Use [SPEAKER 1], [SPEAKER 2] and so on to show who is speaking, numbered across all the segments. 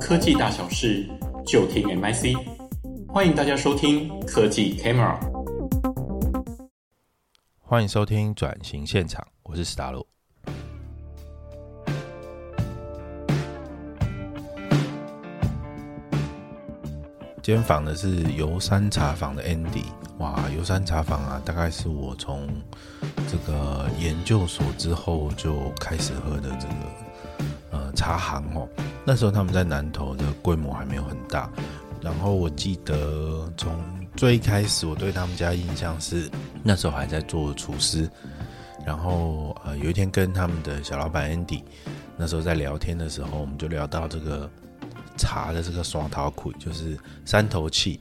[SPEAKER 1] 科技大小事，就听 MIC。欢迎大家收听科技 Camera。
[SPEAKER 2] 欢迎收听转型现场，我是史达洛。今天访的是游山茶坊的 Andy，哇，游山茶坊啊，大概是我从这个研究所之后就开始喝的这个呃茶行哦。那时候他们在南投的规模还没有很大，然后我记得从最开始我对他们家印象是那时候还在做厨师，然后呃有一天跟他们的小老板 Andy，那时候在聊天的时候，我们就聊到这个茶的这个双桃苦，就是三头气。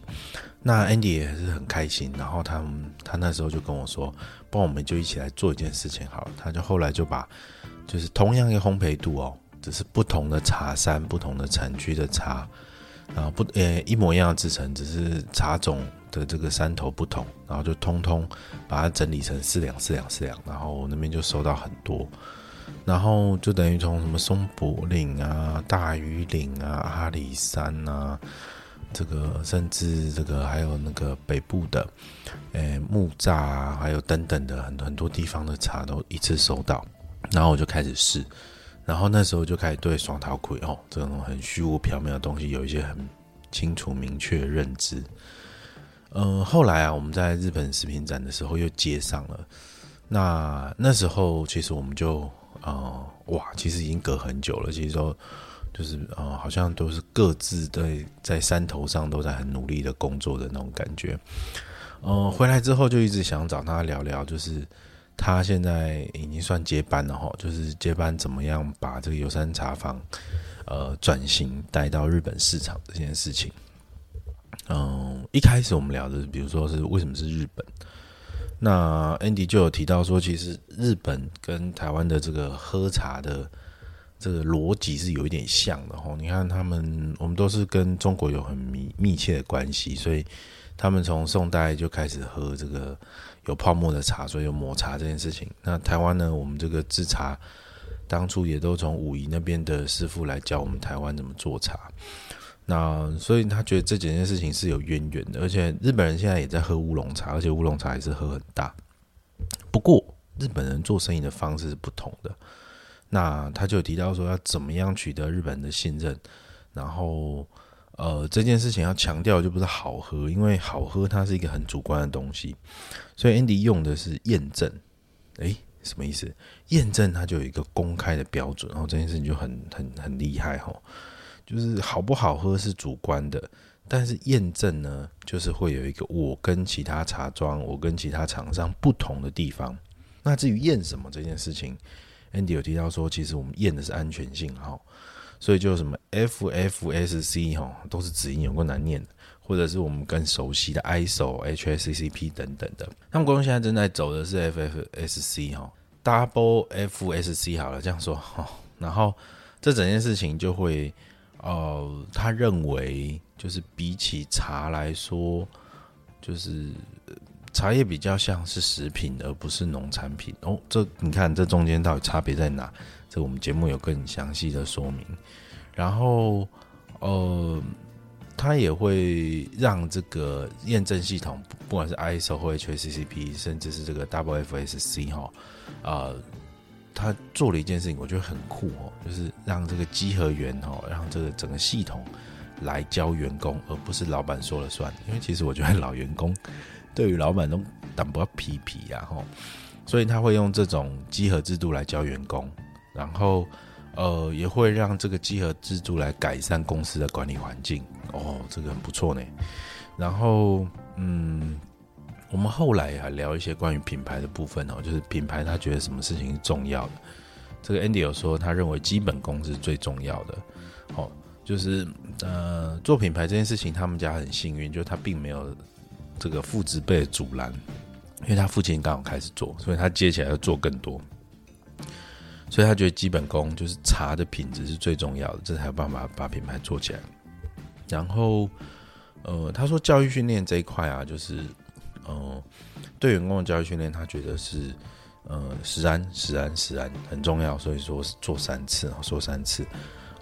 [SPEAKER 2] 那 Andy 也是很开心，然后他们他那时候就跟我说，不然我们就一起来做一件事情好了。他就后来就把就是同样一个烘焙度哦，只是不同的茶山、不同的产区的茶，然后不呃一模一样的制成，只是茶种的这个山头不同，然后就通通把它整理成四两、四两、四两，然后我那边就收到很多。然后就等于从什么松柏岭啊、大余岭啊、阿里山啊，这个甚至这个还有那个北部的，诶木栅啊，还有等等的很很多地方的茶都一次收到，然后我就开始试，然后那时候就开始对双桃葵哦这种很虚无缥缈的东西有一些很清楚明确的认知。嗯，后来啊，我们在日本食品展的时候又接上了。那那时候其实我们就呃，哇，其实已经隔很久了，其实都就是呃，好像都是各自在在山头上都在很努力的工作的那种感觉。呃，回来之后就一直想找他聊聊，就是他现在已经算接班了哈，就是接班怎么样把这个游山茶坊呃转型带到日本市场这件事情。嗯、一开始我们聊的是，比如说是为什么是日本，那 Andy 就有提到说，其实日本跟台湾的这个喝茶的这个逻辑是有一点像的吼。你看他们，我们都是跟中国有很密密切的关系，所以他们从宋代就开始喝这个有泡沫的茶，所以有抹茶这件事情。那台湾呢，我们这个制茶当初也都从武夷那边的师傅来教我们台湾怎么做茶。那所以他觉得这几件事情是有渊源的，而且日本人现在也在喝乌龙茶，而且乌龙茶也是喝很大。不过日本人做生意的方式是不同的。那他就有提到说要怎么样取得日本人的信任，然后呃这件事情要强调就不是好喝，因为好喝它是一个很主观的东西，所以 Andy 用的是验证。诶，什么意思？验证它就有一个公开的标准，然后这件事情就很很很厉害吼。就是好不好喝是主观的，但是验证呢，就是会有一个我跟其他茶庄、我跟其他厂商不同的地方。那至于验什么这件事情，Andy 有提到说，其实我们验的是安全性哈，所以就什么 FFSC 哈，都是指引有够难念的，或者是我们更熟悉的 ISO、HACCP 等等的。他们公司现在正在走的是 FFSC 哈，Double FSC 好了，这样说哈，然后这整件事情就会。呃，他认为就是比起茶来说，就是呃茶叶比较像是食品，而不是农产品。哦，这你看这中间到底差别在哪？这我们节目有更详细的说明。然后，呃，它也会让这个验证系统，不不管是 ISO 或 HACCP，甚至是这个 WFSC 哈、呃，他做了一件事情，我觉得很酷哦，就是让这个稽核员哦，让这个整个系统来教员工，而不是老板说了算。因为其实我觉得老员工对于老板都胆不要皮皮呀、吼，所以他会用这种稽核制度来教员工，然后呃也会让这个稽核制度来改善公司的管理环境。哦，这个很不错呢。然后嗯，我们后来还聊一些关于品牌的部分哦，就是品牌他觉得什么事情是重要的。这个 Andy 有说，他认为基本功是最重要的。哦，就是呃，做品牌这件事情，他们家很幸运，就是他并没有这个父职辈的阻拦，因为他父亲刚好开始做，所以他接起来要做更多。所以他觉得基本功就是茶的品质是最重要的，这才有办法把品牌做起来。然后，呃，他说教育训练这一块啊，就是呃，对员工的教育训练，他觉得是呃实安实安实安很重要，所以说是做三次，哦，说三次。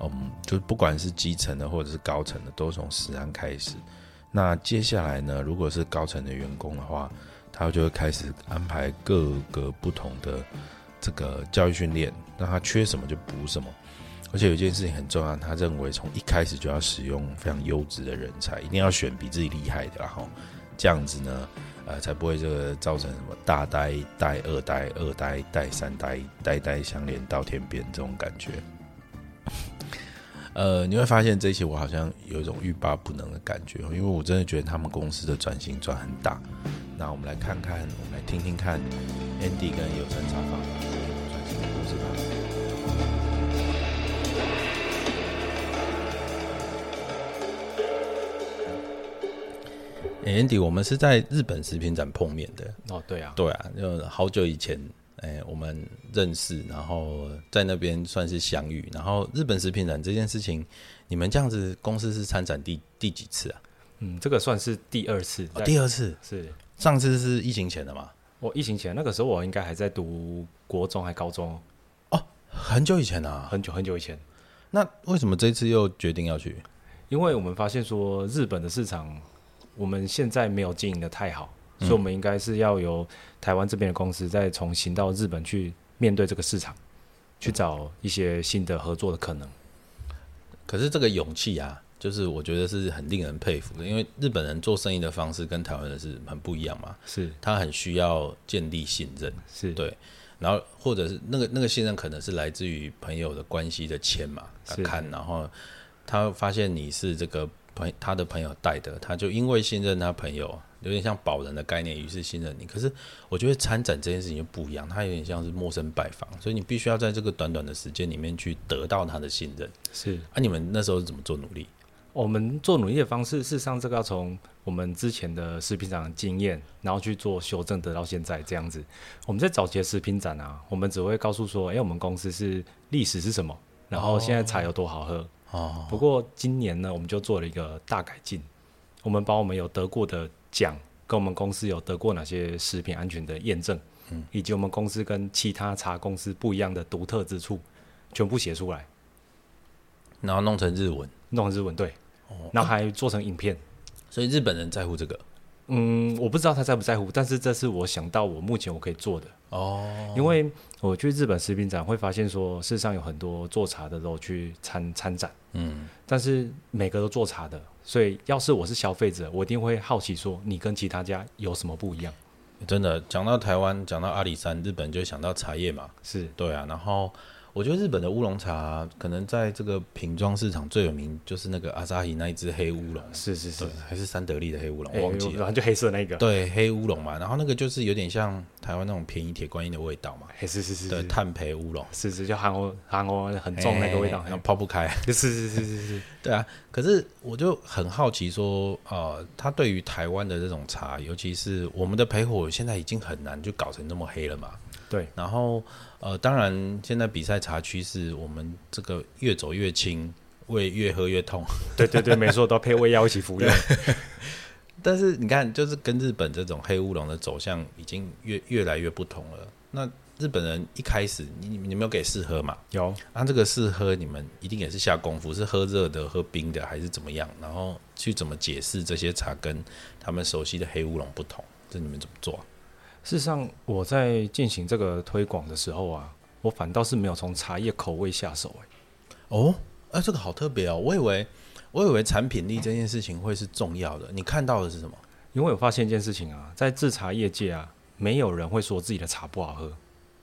[SPEAKER 2] 嗯，就不管是基层的或者是高层的，都从食安开始。那接下来呢，如果是高层的员工的话，他就会开始安排各个不同的这个教育训练，让他缺什么就补什么。而且有一件事情很重要，他认为从一开始就要使用非常优质的人才，一定要选比自己厉害的啦，然后这样子呢，呃，才不会这个造成什么大呆呆二呆二呆呆三呆呆呆相连到天边这种感觉。 呃，你会发现这一期我好像有一种欲罢不能的感觉，因为我真的觉得他们公司的转型转很大。那我们来看看，我们来听听看，Andy 跟有山茶坊这个转型的故事吧。欸、Andy，我们是在日本食品展碰面的。
[SPEAKER 3] 哦，对啊，
[SPEAKER 2] 对啊，就好久以前，哎、我们认识，然后在那边算是相遇。然后日本食品展这件事情，你们这样子公司是参展第第几次啊？
[SPEAKER 3] 嗯，这个算是第二次在，
[SPEAKER 2] 哦，第二次，
[SPEAKER 3] 是
[SPEAKER 2] 上次是疫情前啊的嘛？
[SPEAKER 3] 我疫情前那个时候，我应该还在读国中还高中，
[SPEAKER 2] 很久以前啊。
[SPEAKER 3] 很久很久以前。
[SPEAKER 2] 那为什么这次又决定要去？
[SPEAKER 3] 因为我们发现说日本的市场，我们现在没有经营的太好，所以我们应该是要由台湾这边的公司再重新到日本去面对这个市场，去找一些新的合作的可能。
[SPEAKER 2] 可是这个勇气啊，就是我觉得是很令人佩服的，因为日本人做生意的方式跟台湾人是很不一样嘛，
[SPEAKER 3] 是
[SPEAKER 2] 他很需要建立信任。
[SPEAKER 3] 是，
[SPEAKER 2] 对然后或者是那个那个信任可能是来自于朋友的关系的牵嘛，他
[SPEAKER 3] 是
[SPEAKER 2] 看，然后他发现你是这个朋他的朋友带的，他就因为信任他朋友，有点像保人的概念，于是信任你。可是我觉得参展这件事情就不一样，它有点像是陌生拜访，所以你必须要在这个短短的时间里面去得到他的信任。
[SPEAKER 3] 是。
[SPEAKER 2] 啊，你们那时候是怎么做努力？
[SPEAKER 3] 我们做努力的方式，事实上这个要从我们之前的食品展的经验，然后去做修正，得到现在这样子。我们在早期的食品展啊，我们只会告诉说，哎、我们公司是历史是什么，然后现在茶有多好喝。
[SPEAKER 2] 哦，
[SPEAKER 3] 不过今年呢，我们就做了一个大改进，我们把我们有得过的奖，跟我们公司有得过哪些食品安全的验证，以及我们公司跟其他茶公司不一样的独特之处，全部写出来，
[SPEAKER 2] 然后弄成日文，
[SPEAKER 3] 弄成日文对，然后还做成影片。
[SPEAKER 2] 所以日本人在乎这个。
[SPEAKER 3] 嗯，我不知道他在不在乎，但是这是我想到我目前我可以做的，
[SPEAKER 2] 哦，
[SPEAKER 3] 因为我去日本食品展会发现说，事实上有很多做茶的都去参参展，
[SPEAKER 2] 嗯，
[SPEAKER 3] 但是每个都做茶的，所以要是我是消费者，我一定会好奇说，你跟其他家有什么不一样？
[SPEAKER 2] 真的讲到台湾，讲到阿里山，日本就想到茶叶嘛。
[SPEAKER 3] 是
[SPEAKER 2] 对啊，然后我觉得日本的乌龙茶可能在这个瓶装市场最有名，就是那个阿萨伊那一只黑乌龙，
[SPEAKER 3] 是是是
[SPEAKER 2] 对，，还是三得利的黑乌龙，
[SPEAKER 3] 哎
[SPEAKER 2] 我忘记了。
[SPEAKER 3] 然后就黑色那个，
[SPEAKER 2] 对，黑乌龙嘛，然后那个就是有点像台湾那种便宜铁观音的味道嘛，
[SPEAKER 3] 哎，是是是
[SPEAKER 2] 对，
[SPEAKER 3] 是
[SPEAKER 2] 炭焙乌龙，哎
[SPEAKER 3] 是是，就韩国韩国很重那个味道哎
[SPEAKER 2] 嘿，然后泡不开。
[SPEAKER 3] 是是是是是
[SPEAKER 2] 对啊，可是我就很好奇说，呃，他对于台湾的这种茶，尤其是我们的焙火，现在已经很难就搞成那么黑了嘛。
[SPEAKER 3] 对，
[SPEAKER 2] 然后呃，当然现在比赛茶区是我们这个越走越轻，胃越喝越痛。
[SPEAKER 3] 对对对，没错，都配胃药一起服用，
[SPEAKER 2] 但是你看，就是跟日本这种黑乌龙的走向已经越越来越不同了。那日本人一开始你你你没有给试喝嘛？
[SPEAKER 3] 有。
[SPEAKER 2] 那、这个试喝你们一定也是下功夫，是喝热的、喝冰的还是怎么样？然后去怎么解释这些茶跟他们熟悉的黑乌龙不同？这你们怎么做啊、
[SPEAKER 3] 事实上，我在进行这个推广的时候啊，我反倒是没有从茶叶口味下手、欸。
[SPEAKER 2] 哦，哎、这个好特别哦！我以为我以为产品力这件事情会是重要的，你看到的是什么？
[SPEAKER 3] 因为我发现一件事情啊，在制茶业界啊，没有人会说自己的茶不好喝，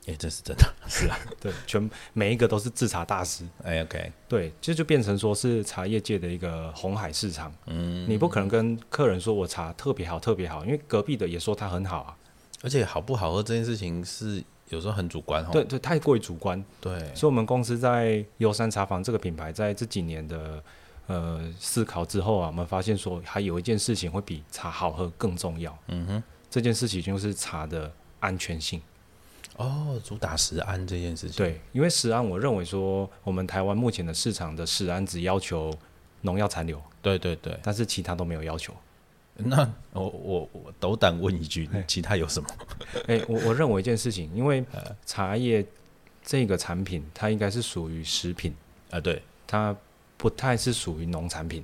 [SPEAKER 2] 哎、这是真的， 是啊。
[SPEAKER 3] 对，全每一个都是制茶大师，
[SPEAKER 2] 哎，OK，
[SPEAKER 3] 对，这就变成说是茶叶界的一个红海市场。
[SPEAKER 2] 嗯，
[SPEAKER 3] 你不可能跟客人说我茶特别好，特别好，因为隔壁的也说它很好啊，
[SPEAKER 2] 而且好不好喝这件事情是有时候很主观哦。
[SPEAKER 3] 对对，太过于主观。
[SPEAKER 2] 对，
[SPEAKER 3] 所以，我们公司在优山茶坊这个品牌，在这几年的呃思考之后啊，我们发现说，还有一件事情会比茶好喝更重要。
[SPEAKER 2] 嗯哼，
[SPEAKER 3] 这件事情就是茶的安全性。
[SPEAKER 2] 哦，主打食安这件事情，，
[SPEAKER 3] 对，因为食安，我认为说，我们台湾目前的市场的食安只要求农药残留，
[SPEAKER 2] 对对对。
[SPEAKER 3] 但是其他都没有要求。
[SPEAKER 2] 那我我我斗胆问一句，其他有什么？
[SPEAKER 3] 哎，我我认为一件事
[SPEAKER 2] 呃
[SPEAKER 3] 情，因为茶叶这个产品，它应该是属于食品。
[SPEAKER 2] 啊，对，
[SPEAKER 3] 它不太是属于农产品，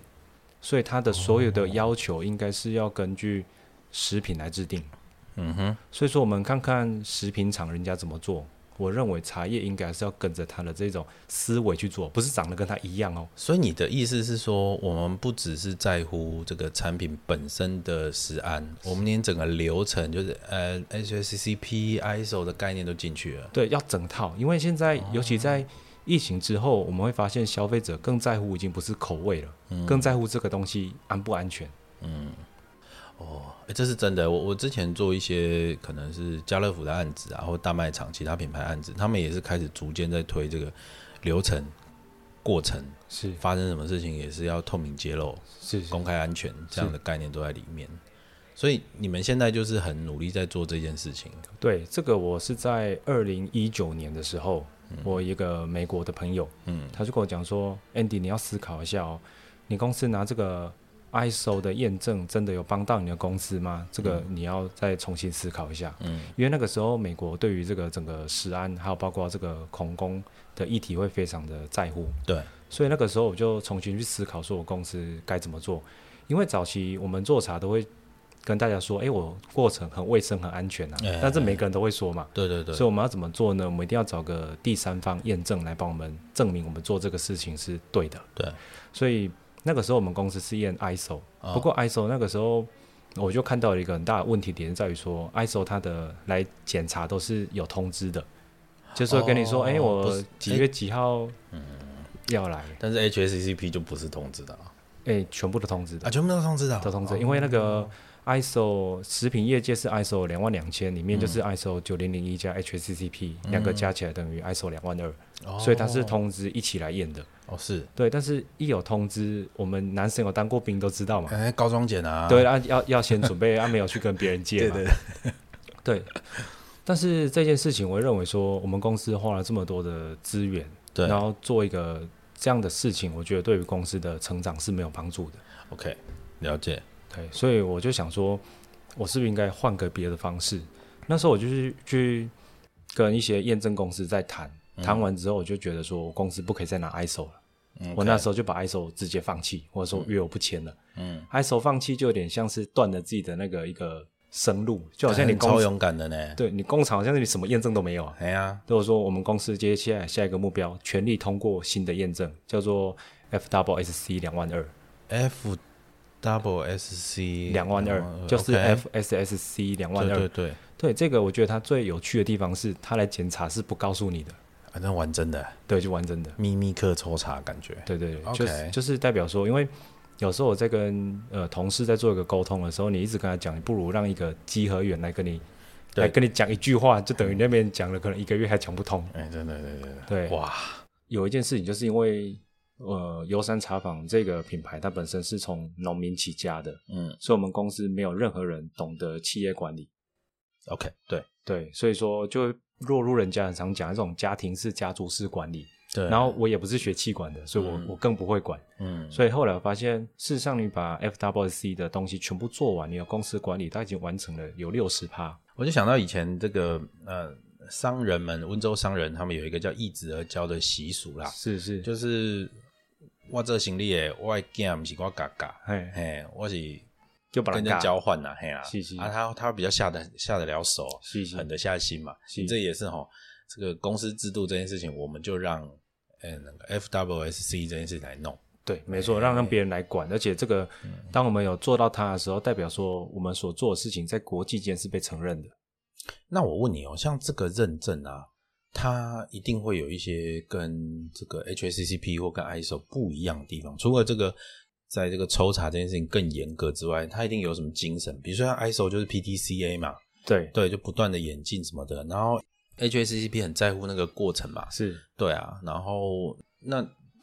[SPEAKER 3] 所以它的所有的要求应该是要根据食品来制定。
[SPEAKER 2] 嗯哼，
[SPEAKER 3] 所以说，我们看看食品厂人家怎么做。我认为茶叶应该是要跟着他的这种思维去做，不是长得跟他一样哦。
[SPEAKER 2] 所以你的意思是说，我们不只是在乎这个产品本身的食安，我们连整个流程，就是呃 HACCP、ISO 的概念都进去了。
[SPEAKER 3] 对，要整套，因为现在
[SPEAKER 2] 哦
[SPEAKER 3] 尤其在疫情之后，我们会发现消费者更在乎已经不是口味了，
[SPEAKER 2] 嗯
[SPEAKER 3] 更在乎这个东西安不安全。
[SPEAKER 2] 诶这是真的。我我之前做一些可能是家乐福的案子啊，或大卖场其他品牌案子，他们也是开始逐渐在推这个流程、过程
[SPEAKER 3] 是
[SPEAKER 2] 发生什么事情，也是要透明揭露、
[SPEAKER 3] 是是
[SPEAKER 2] 公开安全这样的概念都在里面。所以你们现在就是很努力在做这件事情。
[SPEAKER 3] 对，这个我是在二零一九年的时候，我一个美国的朋友，
[SPEAKER 2] 嗯
[SPEAKER 3] 他就跟我讲说，Andy，你要思考一下哦，你公司拿这个 ISO 的验证，真的有帮到你的公司吗？这个你要再重新思考一下，
[SPEAKER 2] 嗯
[SPEAKER 3] 因为那个时候美国对于这个整个食安，还有包括这个恐攻的议题会非常的在乎，
[SPEAKER 2] 对，
[SPEAKER 3] 所以那个时候我就重新去思考，说我公司该怎么做。因为早期我们做茶都会跟大家说，哎，我过程很卫生、很安全啊
[SPEAKER 2] 哎，
[SPEAKER 3] 但是每个人都会说嘛，
[SPEAKER 2] 对对对
[SPEAKER 3] 所以我们要怎么做呢？我们一定要找个第三方验证来帮我们证明我们做这个事情是对的。
[SPEAKER 2] 对，
[SPEAKER 3] 所以那个时候我们公司是验 ISO，、
[SPEAKER 2] 哦
[SPEAKER 3] 不过 ISO 那个时候我就看到了一个很大的问题点，在于说 ISO 它的来检查都是有通知的，就是会跟你说，
[SPEAKER 2] 哦
[SPEAKER 3] 哎、
[SPEAKER 2] 不
[SPEAKER 3] 我
[SPEAKER 2] 是嗯
[SPEAKER 3] 几月几号要来，
[SPEAKER 2] 但是 HACCP 就不是通知的啊，
[SPEAKER 3] 哎、全部都通知的
[SPEAKER 2] 啊，，全部都是通知的啊，
[SPEAKER 3] 都通知，
[SPEAKER 2] 哦
[SPEAKER 3] 因为那个。ISO 食品业界是 ISO 两万两千，里面就是
[SPEAKER 2] 嗯
[SPEAKER 3] ISO 九零零一加 HACCP 两个加起来等于 ISO 两万二，
[SPEAKER 2] 哦
[SPEAKER 3] 所以它是通知一起来验的。
[SPEAKER 2] 哦是，
[SPEAKER 3] 对，但是一有通知，我们男生有当过兵都知道嘛。
[SPEAKER 2] 哎，高装检啊，
[SPEAKER 3] 对，啊，要要先准备，啊，没有去跟别人借
[SPEAKER 2] 对
[SPEAKER 3] 嘛。
[SPEAKER 2] 对，
[SPEAKER 3] 对但是这件事情，我认为说，我们公司花了这么多的资源，
[SPEAKER 2] 对
[SPEAKER 3] 然后做一个这样的事情，我觉得对于公司的成长是没有帮助的。
[SPEAKER 2] ，OK，了解，
[SPEAKER 3] 对，所以我就想说，我是不是应该换个别的方式？那时候我就是去跟一些验证公司在谈，谈完之后，我就觉得说，公司不可以再拿 ISO 了。
[SPEAKER 2] 嗯
[SPEAKER 3] 我那时候就把 ISO 直接放弃，或者说约我不签了。
[SPEAKER 2] 嗯，
[SPEAKER 3] ISO 放弃就有点像是断了自己的那个一个生路，就好像你
[SPEAKER 2] 哎很
[SPEAKER 3] 工
[SPEAKER 2] 超勇敢的呢，
[SPEAKER 3] 对你工厂好像是你什么验证都没有啊。
[SPEAKER 2] 哎呀，
[SPEAKER 3] 如果说我们公司接下来下一个目标，全力通过新的验证，叫做 FWSC 两万二，
[SPEAKER 2] F double S C
[SPEAKER 3] 两万二就是
[SPEAKER 2] ，OK
[SPEAKER 3] FSSC 两万
[SPEAKER 2] 对对
[SPEAKER 3] 二。
[SPEAKER 2] 对，
[SPEAKER 3] 对，这个我觉得它最有趣的地方是，它来检查是不告诉你的，
[SPEAKER 2] 反正啊玩真的
[SPEAKER 3] 对，就完整的。
[SPEAKER 2] 秘密课抽查感觉，
[SPEAKER 3] 对对对，
[SPEAKER 2] OK
[SPEAKER 3] 就是就是代表说，因为有时候我在跟呃同事在做一个沟通的时候，你一直跟他讲，你不如让一个稽核员来跟你
[SPEAKER 2] 对
[SPEAKER 3] 来跟你讲一句话，就等于那边讲了可能一个月还讲不通。
[SPEAKER 2] 哎，真的对对对
[SPEAKER 3] 对，
[SPEAKER 2] 哇，
[SPEAKER 3] 有一件事情就是因为呃游山茶坊这个品牌它本身是从农民起家的，
[SPEAKER 2] 嗯
[SPEAKER 3] 所以我们公司没有任何人懂得企业管理，
[SPEAKER 2] ，OK，对
[SPEAKER 3] 对，所以说就会落入人家很常讲的这种家庭式、家族式管理。
[SPEAKER 2] 对，
[SPEAKER 3] 然后我也不是学气管的，所以我、
[SPEAKER 2] 嗯
[SPEAKER 3] 我更不会管。
[SPEAKER 2] 嗯，
[SPEAKER 3] 所以后来我发现，事实上你把 FWC 的东西全部做完，你的公司管理它已经完成了有六十趴。
[SPEAKER 2] 我就想到以前这个呃商人们，温州商人他们有一个叫一子而教的习俗啦，
[SPEAKER 3] 是是，就
[SPEAKER 2] 啊就是我这行李诶，我的囝不是我嘎嘎，
[SPEAKER 3] 哎，
[SPEAKER 2] 嘿，我是
[SPEAKER 3] 就把它
[SPEAKER 2] 跟人家
[SPEAKER 3] 尬
[SPEAKER 2] 交换呐，嘿啦，
[SPEAKER 3] 是是
[SPEAKER 2] 啊，他他比较下得下得了手，
[SPEAKER 3] 是是
[SPEAKER 2] 狠得下心嘛，
[SPEAKER 3] 是
[SPEAKER 2] 这也是哈，这个公司制度这件事情，我们就让嗯那个 FWSC 这件事情来弄，
[SPEAKER 3] 对，没错，让让别人来管。而且这个，
[SPEAKER 2] 嗯
[SPEAKER 3] 当我们有做到它的时候，代表说我们所做的事情在国际间是被承认的。
[SPEAKER 2] 那我问你哦，像这个认证啊，它一定会有一些跟这个 HACCP 或跟 ISO 不一样的地方。除了这个，在这个抽查这件事情更严格之外，它一定有什么精神？比如说像 ISO 就是 PDCA 嘛，
[SPEAKER 3] 对，
[SPEAKER 2] 对，就不断的演进什么的。然后 HACCP 很在乎那个过程嘛，
[SPEAKER 3] 是、
[SPEAKER 2] 对啊。然后那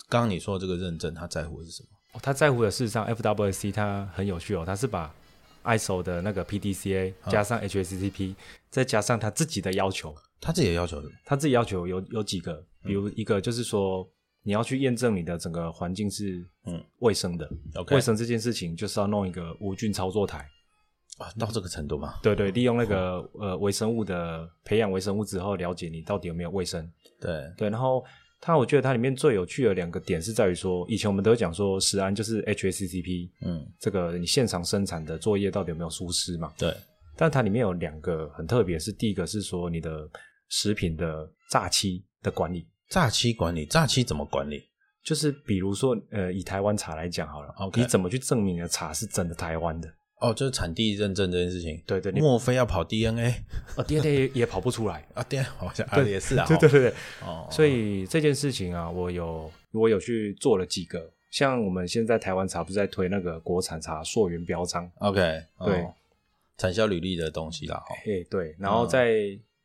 [SPEAKER 2] 刚刚你说的这个认证，他在乎的是什么？
[SPEAKER 3] 哦他在乎的事实上，FWC 它很有趣哦，它是把 ISO 的那个 PDCA 加上 HACCP，、再加上他自己的要求。
[SPEAKER 2] 他自己的要求是什么
[SPEAKER 3] 他自己要求有有几个，比如一个就是说，你要去验证你的整个环境是
[SPEAKER 2] 嗯
[SPEAKER 3] 卫生的，
[SPEAKER 2] OK
[SPEAKER 3] 卫生这件事情就是要弄一个无菌操作台，
[SPEAKER 2] 啊，到这个程度吗？
[SPEAKER 3] 对对，利用那个呃微生物的培养微生物之后，了解你到底有没有卫生，
[SPEAKER 2] 对，
[SPEAKER 3] 对，然后它我觉得它里面最有趣的两个点是在于说，以前我们都会讲说食安就是 HACCP
[SPEAKER 4] 嗯，
[SPEAKER 3] 这个你现场生产的作业到底有没有疏失嘛？
[SPEAKER 4] 对，
[SPEAKER 3] 但它里面有两个很特别，是第一个是说你的食品的诈欺的管理，
[SPEAKER 2] 诈欺管理，诈欺怎么管理？
[SPEAKER 3] 就是比如说呃，以台湾茶来讲好了
[SPEAKER 2] OK
[SPEAKER 3] 你怎么去证明你的茶是真的台湾的？
[SPEAKER 2] 哦，就是产地认证这件事情。
[SPEAKER 3] 对对，你
[SPEAKER 2] 莫非要跑 DNA
[SPEAKER 3] 呃 DNA 也也跑不出来。
[SPEAKER 2] 啊？对，好像啊也是啊。
[SPEAKER 3] 对对
[SPEAKER 2] 哦
[SPEAKER 3] 对对，
[SPEAKER 2] 哦，
[SPEAKER 3] 所以这件事情啊，我有我有去做了几个，像我们现在台湾茶不是在推那个国产茶溯源标章，
[SPEAKER 2] OK，哦
[SPEAKER 3] 对，
[SPEAKER 2] 产销履历的东西啦。哦
[SPEAKER 3] 诶、对，然后在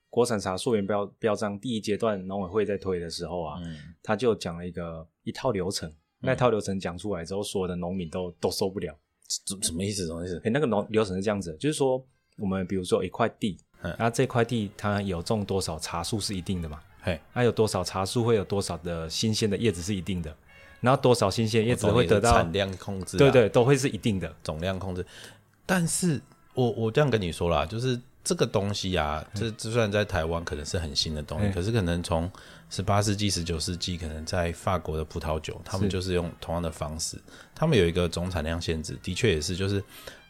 [SPEAKER 3] 国产茶溯源标标章第一阶段农委会在推的时候啊，
[SPEAKER 2] 嗯，
[SPEAKER 3] 他就讲了一个一套流程，那套流程讲出来之后，所有的农民都都受不了。
[SPEAKER 2] 什什么意思？什么意思
[SPEAKER 3] 诶、？那个农流程是这样子的，就是说我们比如说有一块地，
[SPEAKER 2] 嗯
[SPEAKER 3] 然后这块地它有种多少茶树是一定的嘛，
[SPEAKER 2] 嘿，
[SPEAKER 3] 它有多少茶树会有多少的新鲜的叶子是一定的，然后多少新鲜叶子
[SPEAKER 2] 懂
[SPEAKER 3] 哦会
[SPEAKER 2] 你的
[SPEAKER 3] 得到
[SPEAKER 2] 产量控制啊，
[SPEAKER 3] 对对，都会是一定的。
[SPEAKER 2] 总量控制。但是我我这样跟你说啦，就是这个东西啊，这这虽然在台湾可能是很新的东西，
[SPEAKER 3] 嗯
[SPEAKER 2] 可是可能从十八世纪、十九世纪，可能在法国的葡萄酒，他们
[SPEAKER 3] 是
[SPEAKER 2] 就是用同样的方式，他们有一个总产量限制，的确也是，就是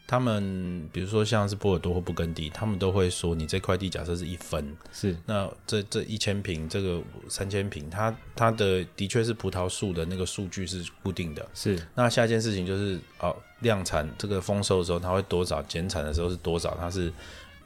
[SPEAKER 2] 他们比如说像是波尔多或布根地，他们都会说，你这块地假设是一分，
[SPEAKER 3] 是
[SPEAKER 2] 那这这一千瓶，这个三千瓶，它它的的确是葡萄树的那个数据是固定的，
[SPEAKER 3] 是
[SPEAKER 2] 那下一件事情就是哦，量产这个丰收的时候它会多少，减产的时候是多少，它是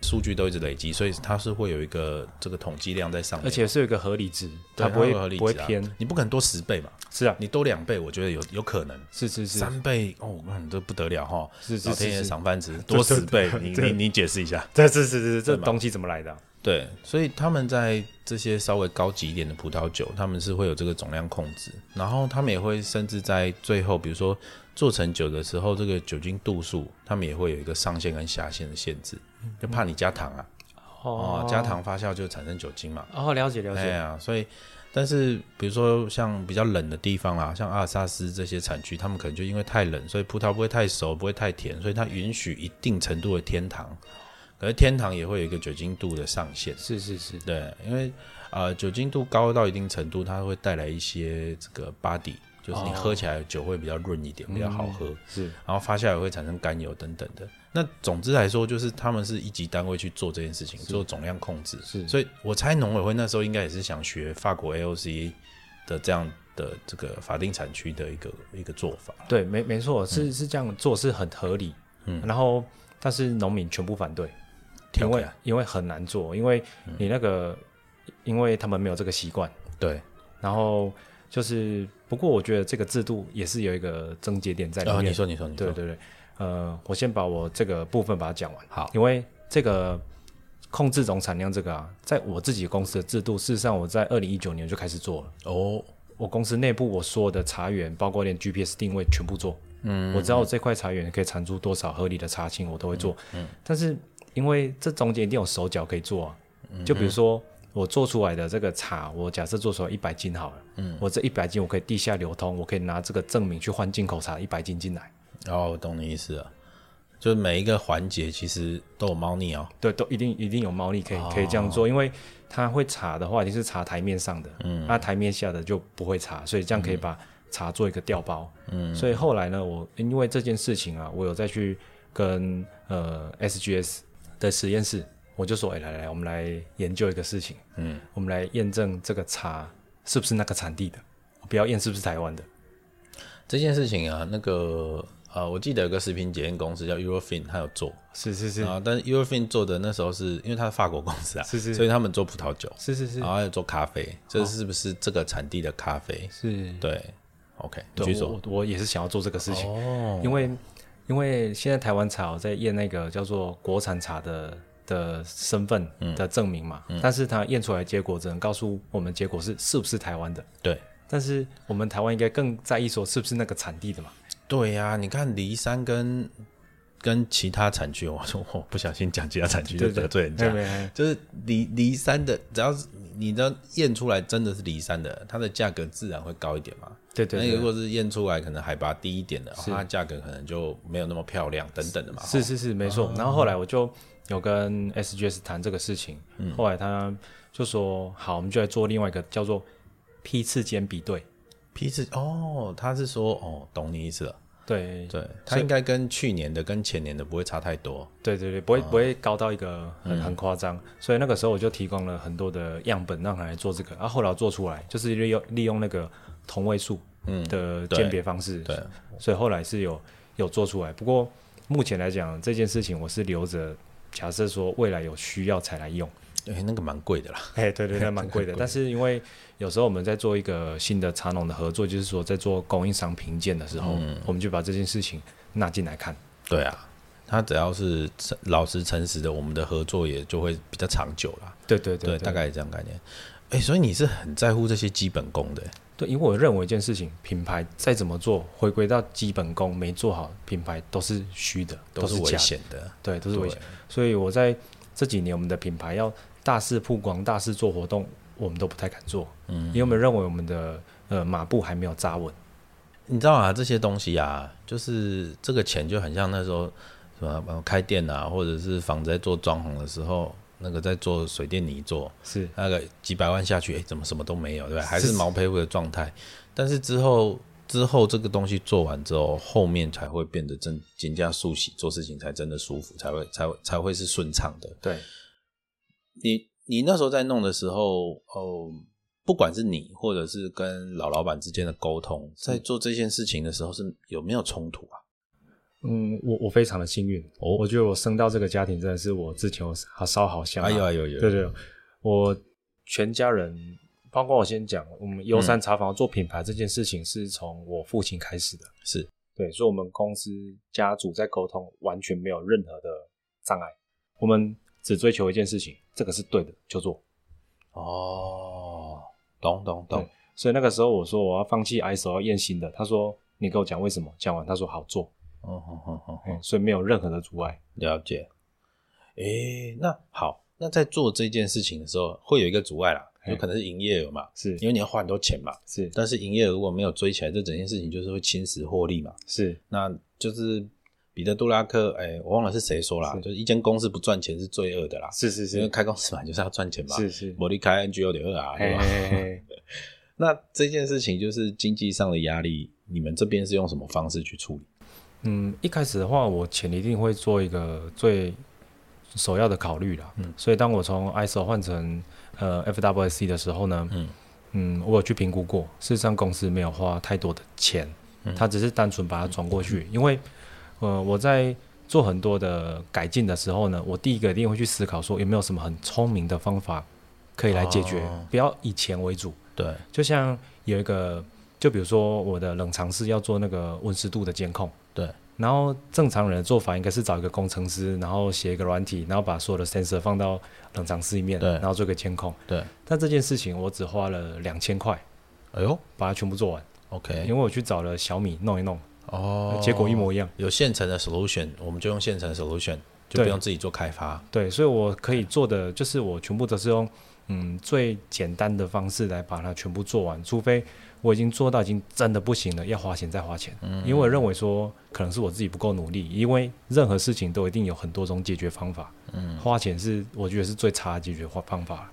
[SPEAKER 2] 数据都一直累积，所以它是会有一个这个统计量在上面，
[SPEAKER 3] 而且是有一个合理值，
[SPEAKER 2] 对
[SPEAKER 3] 它不会
[SPEAKER 2] 有合理
[SPEAKER 3] 不会
[SPEAKER 2] 值啊
[SPEAKER 3] 偏。
[SPEAKER 2] 你不可能多十倍嘛，
[SPEAKER 3] 是啊，
[SPEAKER 2] 你多两倍，我觉得有有可能。
[SPEAKER 3] 是是是
[SPEAKER 2] 三倍哦，我看这不得了哈！
[SPEAKER 3] 是是
[SPEAKER 2] 老天
[SPEAKER 3] 是
[SPEAKER 2] 爷
[SPEAKER 3] 是
[SPEAKER 2] 赏饭 吃，多十倍，你你你解释一下。
[SPEAKER 3] 这这这这这东西怎么来的啊、
[SPEAKER 2] 对，所以他们在这些稍微高级一点的葡萄酒，他们是会有这个总量控制，然后他们也会甚至在最后，比如说做成酒的时候，这个酒精度数，他们也会有一个上限跟下限的限制，就怕你加糖啊，哦，加糖发酵就产生酒精嘛，
[SPEAKER 3] 哦，了解了
[SPEAKER 2] 哎
[SPEAKER 3] 解，
[SPEAKER 2] 呀，所以。但是，比如说像比较冷的地方啊，像阿尔萨斯这些产区，他们可能就因为太冷，所以葡萄不会太熟，不会太甜，所以它允许一定程度的天糖，可是天糖也会有一个酒精度的上限。
[SPEAKER 3] 是是是，
[SPEAKER 2] 对，因为呃酒精度高到一定程度，它会带来一些这个 body，就是你喝起来酒会比较润一点，比较好喝，
[SPEAKER 3] 是
[SPEAKER 2] 然后发酵也会产生甘油等等的。那总之来说，就是他们是一级单位去做这件事情，做总量控制。
[SPEAKER 3] 是
[SPEAKER 2] 所以我猜农委会那时候应该也是想学法国 AOC 的这样的这个法定产区的一个一个做法。
[SPEAKER 3] 对，没没错，是是这样做是很合理。嗯，然后但是农民全部反对，因为
[SPEAKER 2] OK
[SPEAKER 3] 因为很难做，因为你那个，因为他们没有这个习惯，
[SPEAKER 2] 对，
[SPEAKER 3] 然后就是不过我觉得这个制度也是有一个症结点在里面。
[SPEAKER 2] 呃，你说，你说，你说，
[SPEAKER 3] 对对对，呃，我先把我这个部分把它讲完。
[SPEAKER 2] 好
[SPEAKER 3] 因为这个控制总产量这个啊，在我自己公司的制度，事实上我在二零一九年就开始做了。
[SPEAKER 2] 哦，
[SPEAKER 3] 我公司内部我所有的茶园，包括连 GPS 定位全部做。嗯，我知道我这块茶园可以产出多少合理的茶青，我都会做。嗯，但是因为这中间一定有手脚可以做啊，就比如说。我做出来的这个茶，我假设做出来一百斤好了，嗯，我这一百斤我可以地下流通，我可以拿这个证明去换进口茶一百斤进来，
[SPEAKER 2] 哦，我懂你意思了，就是每一个环节其实都有猫腻哦。
[SPEAKER 3] 对，都一定一定有猫腻可以可以这样做，因为他会查的话，一定是查台面上的，哦嗯，那台面下的就不会查，所以这样可以把查做一个调包，嗯，所以后来呢，我因为这件事情啊，我有再去跟呃 SGS 的实验室，我就说，哎、来来，我们来研究一个事情，嗯，我们来验证这个茶是不是那个产地的，不要验是不是台湾的，
[SPEAKER 2] 这件事情啊，那个呃，我记得有个食品检验公司叫 Eurofin，它有做
[SPEAKER 3] 是是是、
[SPEAKER 2] 啊，但是 Eurofin 做的那时候是因为它是法国公司啊，
[SPEAKER 3] 是是
[SPEAKER 2] 所以他们做葡萄酒，
[SPEAKER 3] 是是是哦
[SPEAKER 2] 然后还有做咖啡，这是不是这个产地的咖啡？
[SPEAKER 3] 是，
[SPEAKER 2] 对，OK，你继
[SPEAKER 3] 对
[SPEAKER 2] 续，说
[SPEAKER 3] 我我我也是想要做这个事情，
[SPEAKER 2] 哦，
[SPEAKER 3] 因为因为现在台湾茶我在验那个叫做国产茶的的身份
[SPEAKER 2] 嗯
[SPEAKER 3] 的证明嘛，但是它验出来的结果只能告诉我们结果是是不是台湾的，
[SPEAKER 2] 对
[SPEAKER 3] 但是我们台湾应该更在意说是不是那个产地的嘛。
[SPEAKER 2] 对呀、你看离山跟跟其他产区，我说我不小心讲其他产区就
[SPEAKER 3] 对对
[SPEAKER 2] 得罪人家，
[SPEAKER 3] 没没没
[SPEAKER 2] 就是离离山的，只要是你知道验出来真的是离山的，它的价格自然会高一点嘛。
[SPEAKER 3] 对对
[SPEAKER 2] 那
[SPEAKER 3] 对
[SPEAKER 2] 如果是验出来可能海拔低一点的，哦它价格可能就没有那么漂亮等等的嘛。
[SPEAKER 3] 是是是，没错。然后后来我就有跟
[SPEAKER 2] 嗯
[SPEAKER 3] SGS 谈这个事情，后来他就说好，我们就来做另外一个叫做批次间比对，
[SPEAKER 2] 批次哦，他是说哦，懂你意思了。
[SPEAKER 3] 对
[SPEAKER 2] 对，他应该跟去年的跟前年的不会差太多。
[SPEAKER 3] 对对对，不
[SPEAKER 2] 哦
[SPEAKER 3] 会不会高到一个
[SPEAKER 2] 嗯
[SPEAKER 3] 很很夸张，所以那个时候我就提供了很多的样本让他来做这个，然、后啊后来做出来就是利用利用那个同位素的
[SPEAKER 2] 嗯对
[SPEAKER 3] 鉴别方式，
[SPEAKER 2] 对，
[SPEAKER 3] 所以后来是有有做出来。不过目前来讲这件事情，我是留着，假设说未来有需要才 来用。
[SPEAKER 2] 哎、那个蛮贵的啦。
[SPEAKER 3] 哎、对对，那蛮贵 的。但是因为有时候我们在做一个新的茶农的合作，就是说在做供应商评鉴的时候，
[SPEAKER 2] 嗯
[SPEAKER 3] 我们就把这件事情纳进来看。
[SPEAKER 2] 对啊，他只要是诚老实诚实的，我们的合作也就会比较长久啦。
[SPEAKER 3] 对对
[SPEAKER 2] 对，大概是这样概念。哎、所以你是很在乎这些基本功的、
[SPEAKER 3] 对，因为我认为一件事情，品牌再怎么做，回归到基本功没做好，品牌都是虚的，
[SPEAKER 2] 都
[SPEAKER 3] 是
[SPEAKER 2] 是危
[SPEAKER 3] 假的，
[SPEAKER 2] 险的。
[SPEAKER 3] 对，都是危
[SPEAKER 2] 对
[SPEAKER 3] 险。，所以我在这几年，我们的品牌要大肆曝光、大肆做活动，我们都不太敢做，嗯，因为我们认为我们的呃马步还没有扎稳。
[SPEAKER 2] 你知道啊，这些东西啊，就是这个钱就很像那时候什么呃开店啊，或者是房子在做装潢的时候，那个在做水电泥做，
[SPEAKER 3] 是，
[SPEAKER 2] 那个几百万下去，哎、怎么什么都没有，对吧？还
[SPEAKER 3] 是
[SPEAKER 2] 是毛坯屋的状态。但是之后之后这个东西做完之后，后面才会变得真金价速喜，做事情才真的舒服，才会才会才会是顺畅的。
[SPEAKER 3] 对，
[SPEAKER 2] 你你那时候在弄的时候，哦，不管是你或者是跟老老板之间的沟通，在做这件事情的时候是有没有冲突啊？
[SPEAKER 3] 嗯，我我非常的幸运，
[SPEAKER 2] 哦
[SPEAKER 3] 我觉得我生到这个家庭真的是我之前我好烧好香、啊，
[SPEAKER 2] 哎呦哎呦哎呦，
[SPEAKER 3] 对对，我全家人，包括我先讲，我们优
[SPEAKER 2] 嗯
[SPEAKER 3] 山茶坊做品牌这件事情是从我父亲开始的，
[SPEAKER 2] 是
[SPEAKER 3] 对，所以我们公司家族在沟通完全没有任何的障碍，我们只追求一件事情，这个是对的就做。
[SPEAKER 2] 哦，懂懂懂
[SPEAKER 3] 对，所以那个时候我说我要放弃 ISO 要验新的，他说你给我讲为什么，讲完他说好做，
[SPEAKER 2] 哦哦哦哦，
[SPEAKER 3] 嗯，所以没有任何的阻碍。
[SPEAKER 2] 了解。诶，那好，那在做这件事情的时候，会有一个阻碍啦，
[SPEAKER 3] 嘿
[SPEAKER 2] 有可能是营业额嘛，
[SPEAKER 3] 是
[SPEAKER 2] 因为你要花很多钱嘛。
[SPEAKER 3] 是
[SPEAKER 2] 但是营业额如果没有追起来，这整件事情就是会侵蚀获利嘛。
[SPEAKER 3] 是
[SPEAKER 2] 那就是彼得·杜拉克，哎、我忘了是谁说啦，
[SPEAKER 3] 是
[SPEAKER 2] 就是一间公司不赚钱是罪恶的啦，
[SPEAKER 3] 是是
[SPEAKER 2] 因为
[SPEAKER 3] 是
[SPEAKER 2] 开公司嘛就是要赚钱嘛。
[SPEAKER 3] 是是，
[SPEAKER 2] 我离开 NGO 点二啊，对
[SPEAKER 3] 嘿
[SPEAKER 2] 吧？
[SPEAKER 3] 嘿嘿
[SPEAKER 2] 那这件事情就是经济上的压力，你们这边是用什么方式去处理？
[SPEAKER 3] 嗯，一开始的话，我钱一定会做一个最首要的考虑啦。嗯，所以当我从 ISO 换成呃 FWC 的时候呢，
[SPEAKER 2] 嗯
[SPEAKER 3] 嗯我有去评估过，事实上公司没有花太多的钱，他只是单纯把它转过去，因为呃我在做很多的改进的时候呢，我第一个一定会去思考说有没有什么很聪明的方法可以来解决，
[SPEAKER 2] 哦
[SPEAKER 3] 不要以钱为主。
[SPEAKER 2] 对，
[SPEAKER 3] 就像有一个，就比如说我的冷藏室要做那个温湿度的监控，
[SPEAKER 2] 对，
[SPEAKER 3] 然后正常人的做法应该是找一个工程师，然后写一个软体，然后把所有的 sensor 放到冷藏室里面，
[SPEAKER 2] 对
[SPEAKER 3] 然后做一个监控。
[SPEAKER 2] 对，
[SPEAKER 3] 但这件事情我只花了两千块
[SPEAKER 2] 哎呦
[SPEAKER 3] 把它全部做完，因
[SPEAKER 2] ，OK，
[SPEAKER 3] 为我去找了小米弄一弄，
[SPEAKER 2] 哎哦，
[SPEAKER 3] 结果一模一样。
[SPEAKER 2] 有现成的 solution，我们就用现成的 solution，就
[SPEAKER 3] 对
[SPEAKER 2] 不用自己做开发。
[SPEAKER 3] 对，所以我可以做的就是我全部都是用嗯最简单的方式来把它全部做完，除非我已经做到已经真的不行了，要花钱再花钱。因为我认为说可能是我自己不够努力，因为任何事情都一定有很多种解决方法，嗯，花钱是我觉得是最差的解决方方法了。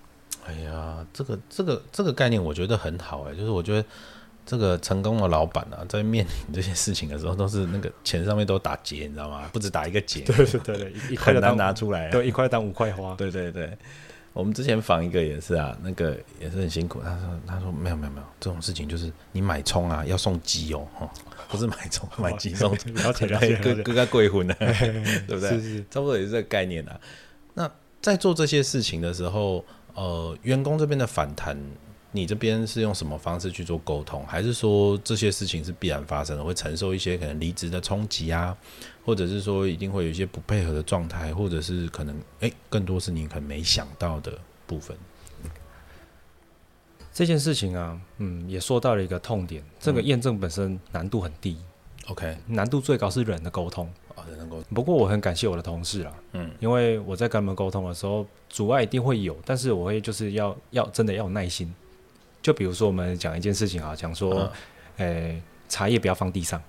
[SPEAKER 2] 哎呀，这个这个这个概念我觉得很好哎、就是我觉得这个成功的老板啊，在面临这些事情的时候，都是那个钱上面都打结，你知道吗？不止打一个结，
[SPEAKER 3] 对对对，一
[SPEAKER 2] 很难拿出来、啊。
[SPEAKER 3] 对一块当五块花。
[SPEAKER 2] 对对对，我们之前访一个也是啊，那个也是很辛苦。他说他说没有没有没有，这种事情就是你买葱啊要送鸡哦，哦不是买葱买鸡送葱，
[SPEAKER 3] 哦了解了解了解
[SPEAKER 2] 各各个贵婚呢，啊 对不对？
[SPEAKER 3] 是是
[SPEAKER 2] 差不多也是这个概念啊。那在做这些事情的时候，呃，员工这边的反弹。你这边是用什么方式去做沟通，还是说这些事情是必然发生的，会承受一些可能离职的冲击啊，或者是说一定会有一些不配合的状态，或者是可能哎、更多是你可能没想到的部分。
[SPEAKER 3] 这件事情啊，嗯，也说到了一个痛点，这个验证本身难度很低，
[SPEAKER 2] OK，
[SPEAKER 3] 难度最高是人的沟通。
[SPEAKER 2] 哦，能够
[SPEAKER 3] 不过我很感谢我的同事啦，
[SPEAKER 2] 嗯，
[SPEAKER 3] 因为我在跟他们沟通的时候，阻碍一定会有，但是我会就是要要真的要有耐心。
[SPEAKER 2] 嗯
[SPEAKER 3] 呃就比如说我们讲一件事情啊，讲说，诶、茶叶不要放地上，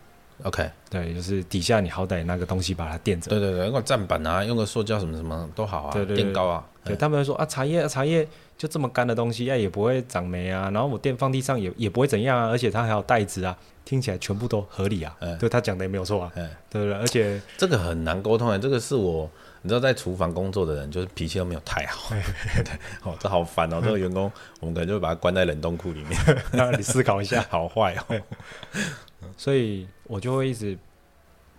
[SPEAKER 2] OK，
[SPEAKER 3] 对，就是底下你好歹拿个东西把它垫着。
[SPEAKER 2] 对对对，用个站板啊，用个塑胶什么什么都好啊，
[SPEAKER 3] 对对对
[SPEAKER 2] 垫高啊，
[SPEAKER 3] 对，他们会说啊，茶叶、啊茶叶就这么干的东西，啊呀、也不会长霉啊，然后我垫放地上也也不会怎样啊，而且它还有袋子啊，听起来全部都合理啊。
[SPEAKER 2] 嗯
[SPEAKER 3] 对他讲的也没有错啊，
[SPEAKER 2] 嗯
[SPEAKER 3] 对不对？而且
[SPEAKER 2] 这个很难沟通哎、这个是我，你知道在厨房工作的人，就是脾气都没有太好，
[SPEAKER 3] 哎
[SPEAKER 2] 对，哦，这好烦
[SPEAKER 3] 嗯
[SPEAKER 2] 哦，这个员工，我们可能就会把他关在冷冻库里面，
[SPEAKER 3] 让你思考一下，
[SPEAKER 2] 好坏哦，
[SPEAKER 3] 所以我就会一直，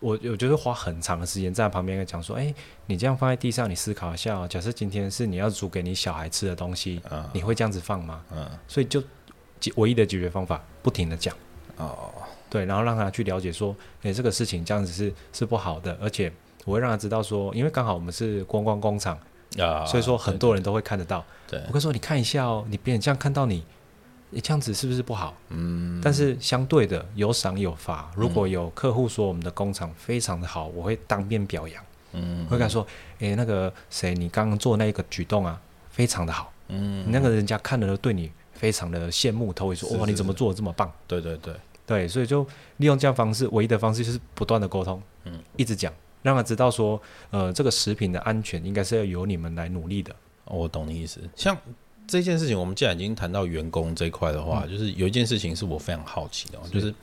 [SPEAKER 3] 我我就会花很长的时间在旁边跟他讲说，哎，你这样放在地上，你思考一下哦。假设今天是你要煮给你小孩吃的东西，
[SPEAKER 2] 啊
[SPEAKER 3] 你会这样子放吗？
[SPEAKER 2] 嗯，
[SPEAKER 3] 所以就解唯一的解决方法，不停的讲。
[SPEAKER 2] 哦，
[SPEAKER 3] 对，然后让他去了解说，诶，这个事情这样子是是不好的，而且我会让他知道说，因为刚好我们是观光工厂，
[SPEAKER 2] 啊，
[SPEAKER 3] 哎所以说很多人都会看得到。
[SPEAKER 2] 对，
[SPEAKER 3] 我会说你看一下哦，你别人这样看到你，你这样子是不是不好？
[SPEAKER 2] 嗯，
[SPEAKER 3] 但是相对的有赏有罚，如果有客户说我们的工厂非常的好，我会当面表扬，
[SPEAKER 2] 嗯
[SPEAKER 3] 会跟他说，诶，那个谁，你刚刚做那个举动啊，非常的好，
[SPEAKER 2] 嗯，
[SPEAKER 3] 那个人家看了都对你非常的羡慕，他会说，
[SPEAKER 2] 是
[SPEAKER 3] 哇，
[SPEAKER 2] 是
[SPEAKER 3] 你怎么做的这么棒？
[SPEAKER 2] 对对对，
[SPEAKER 3] 对，所以就利用这样方式，唯一的方式就是不断的沟通，
[SPEAKER 2] 嗯，
[SPEAKER 3] 一直讲，让他知道说，呃，这个食品的安全应该是要由你们来努力的。
[SPEAKER 2] 哦我懂你意思。像这件事情，我们既然已经谈到员工这一块的话，就是有一件事情是我非常好奇的哦、嗯就是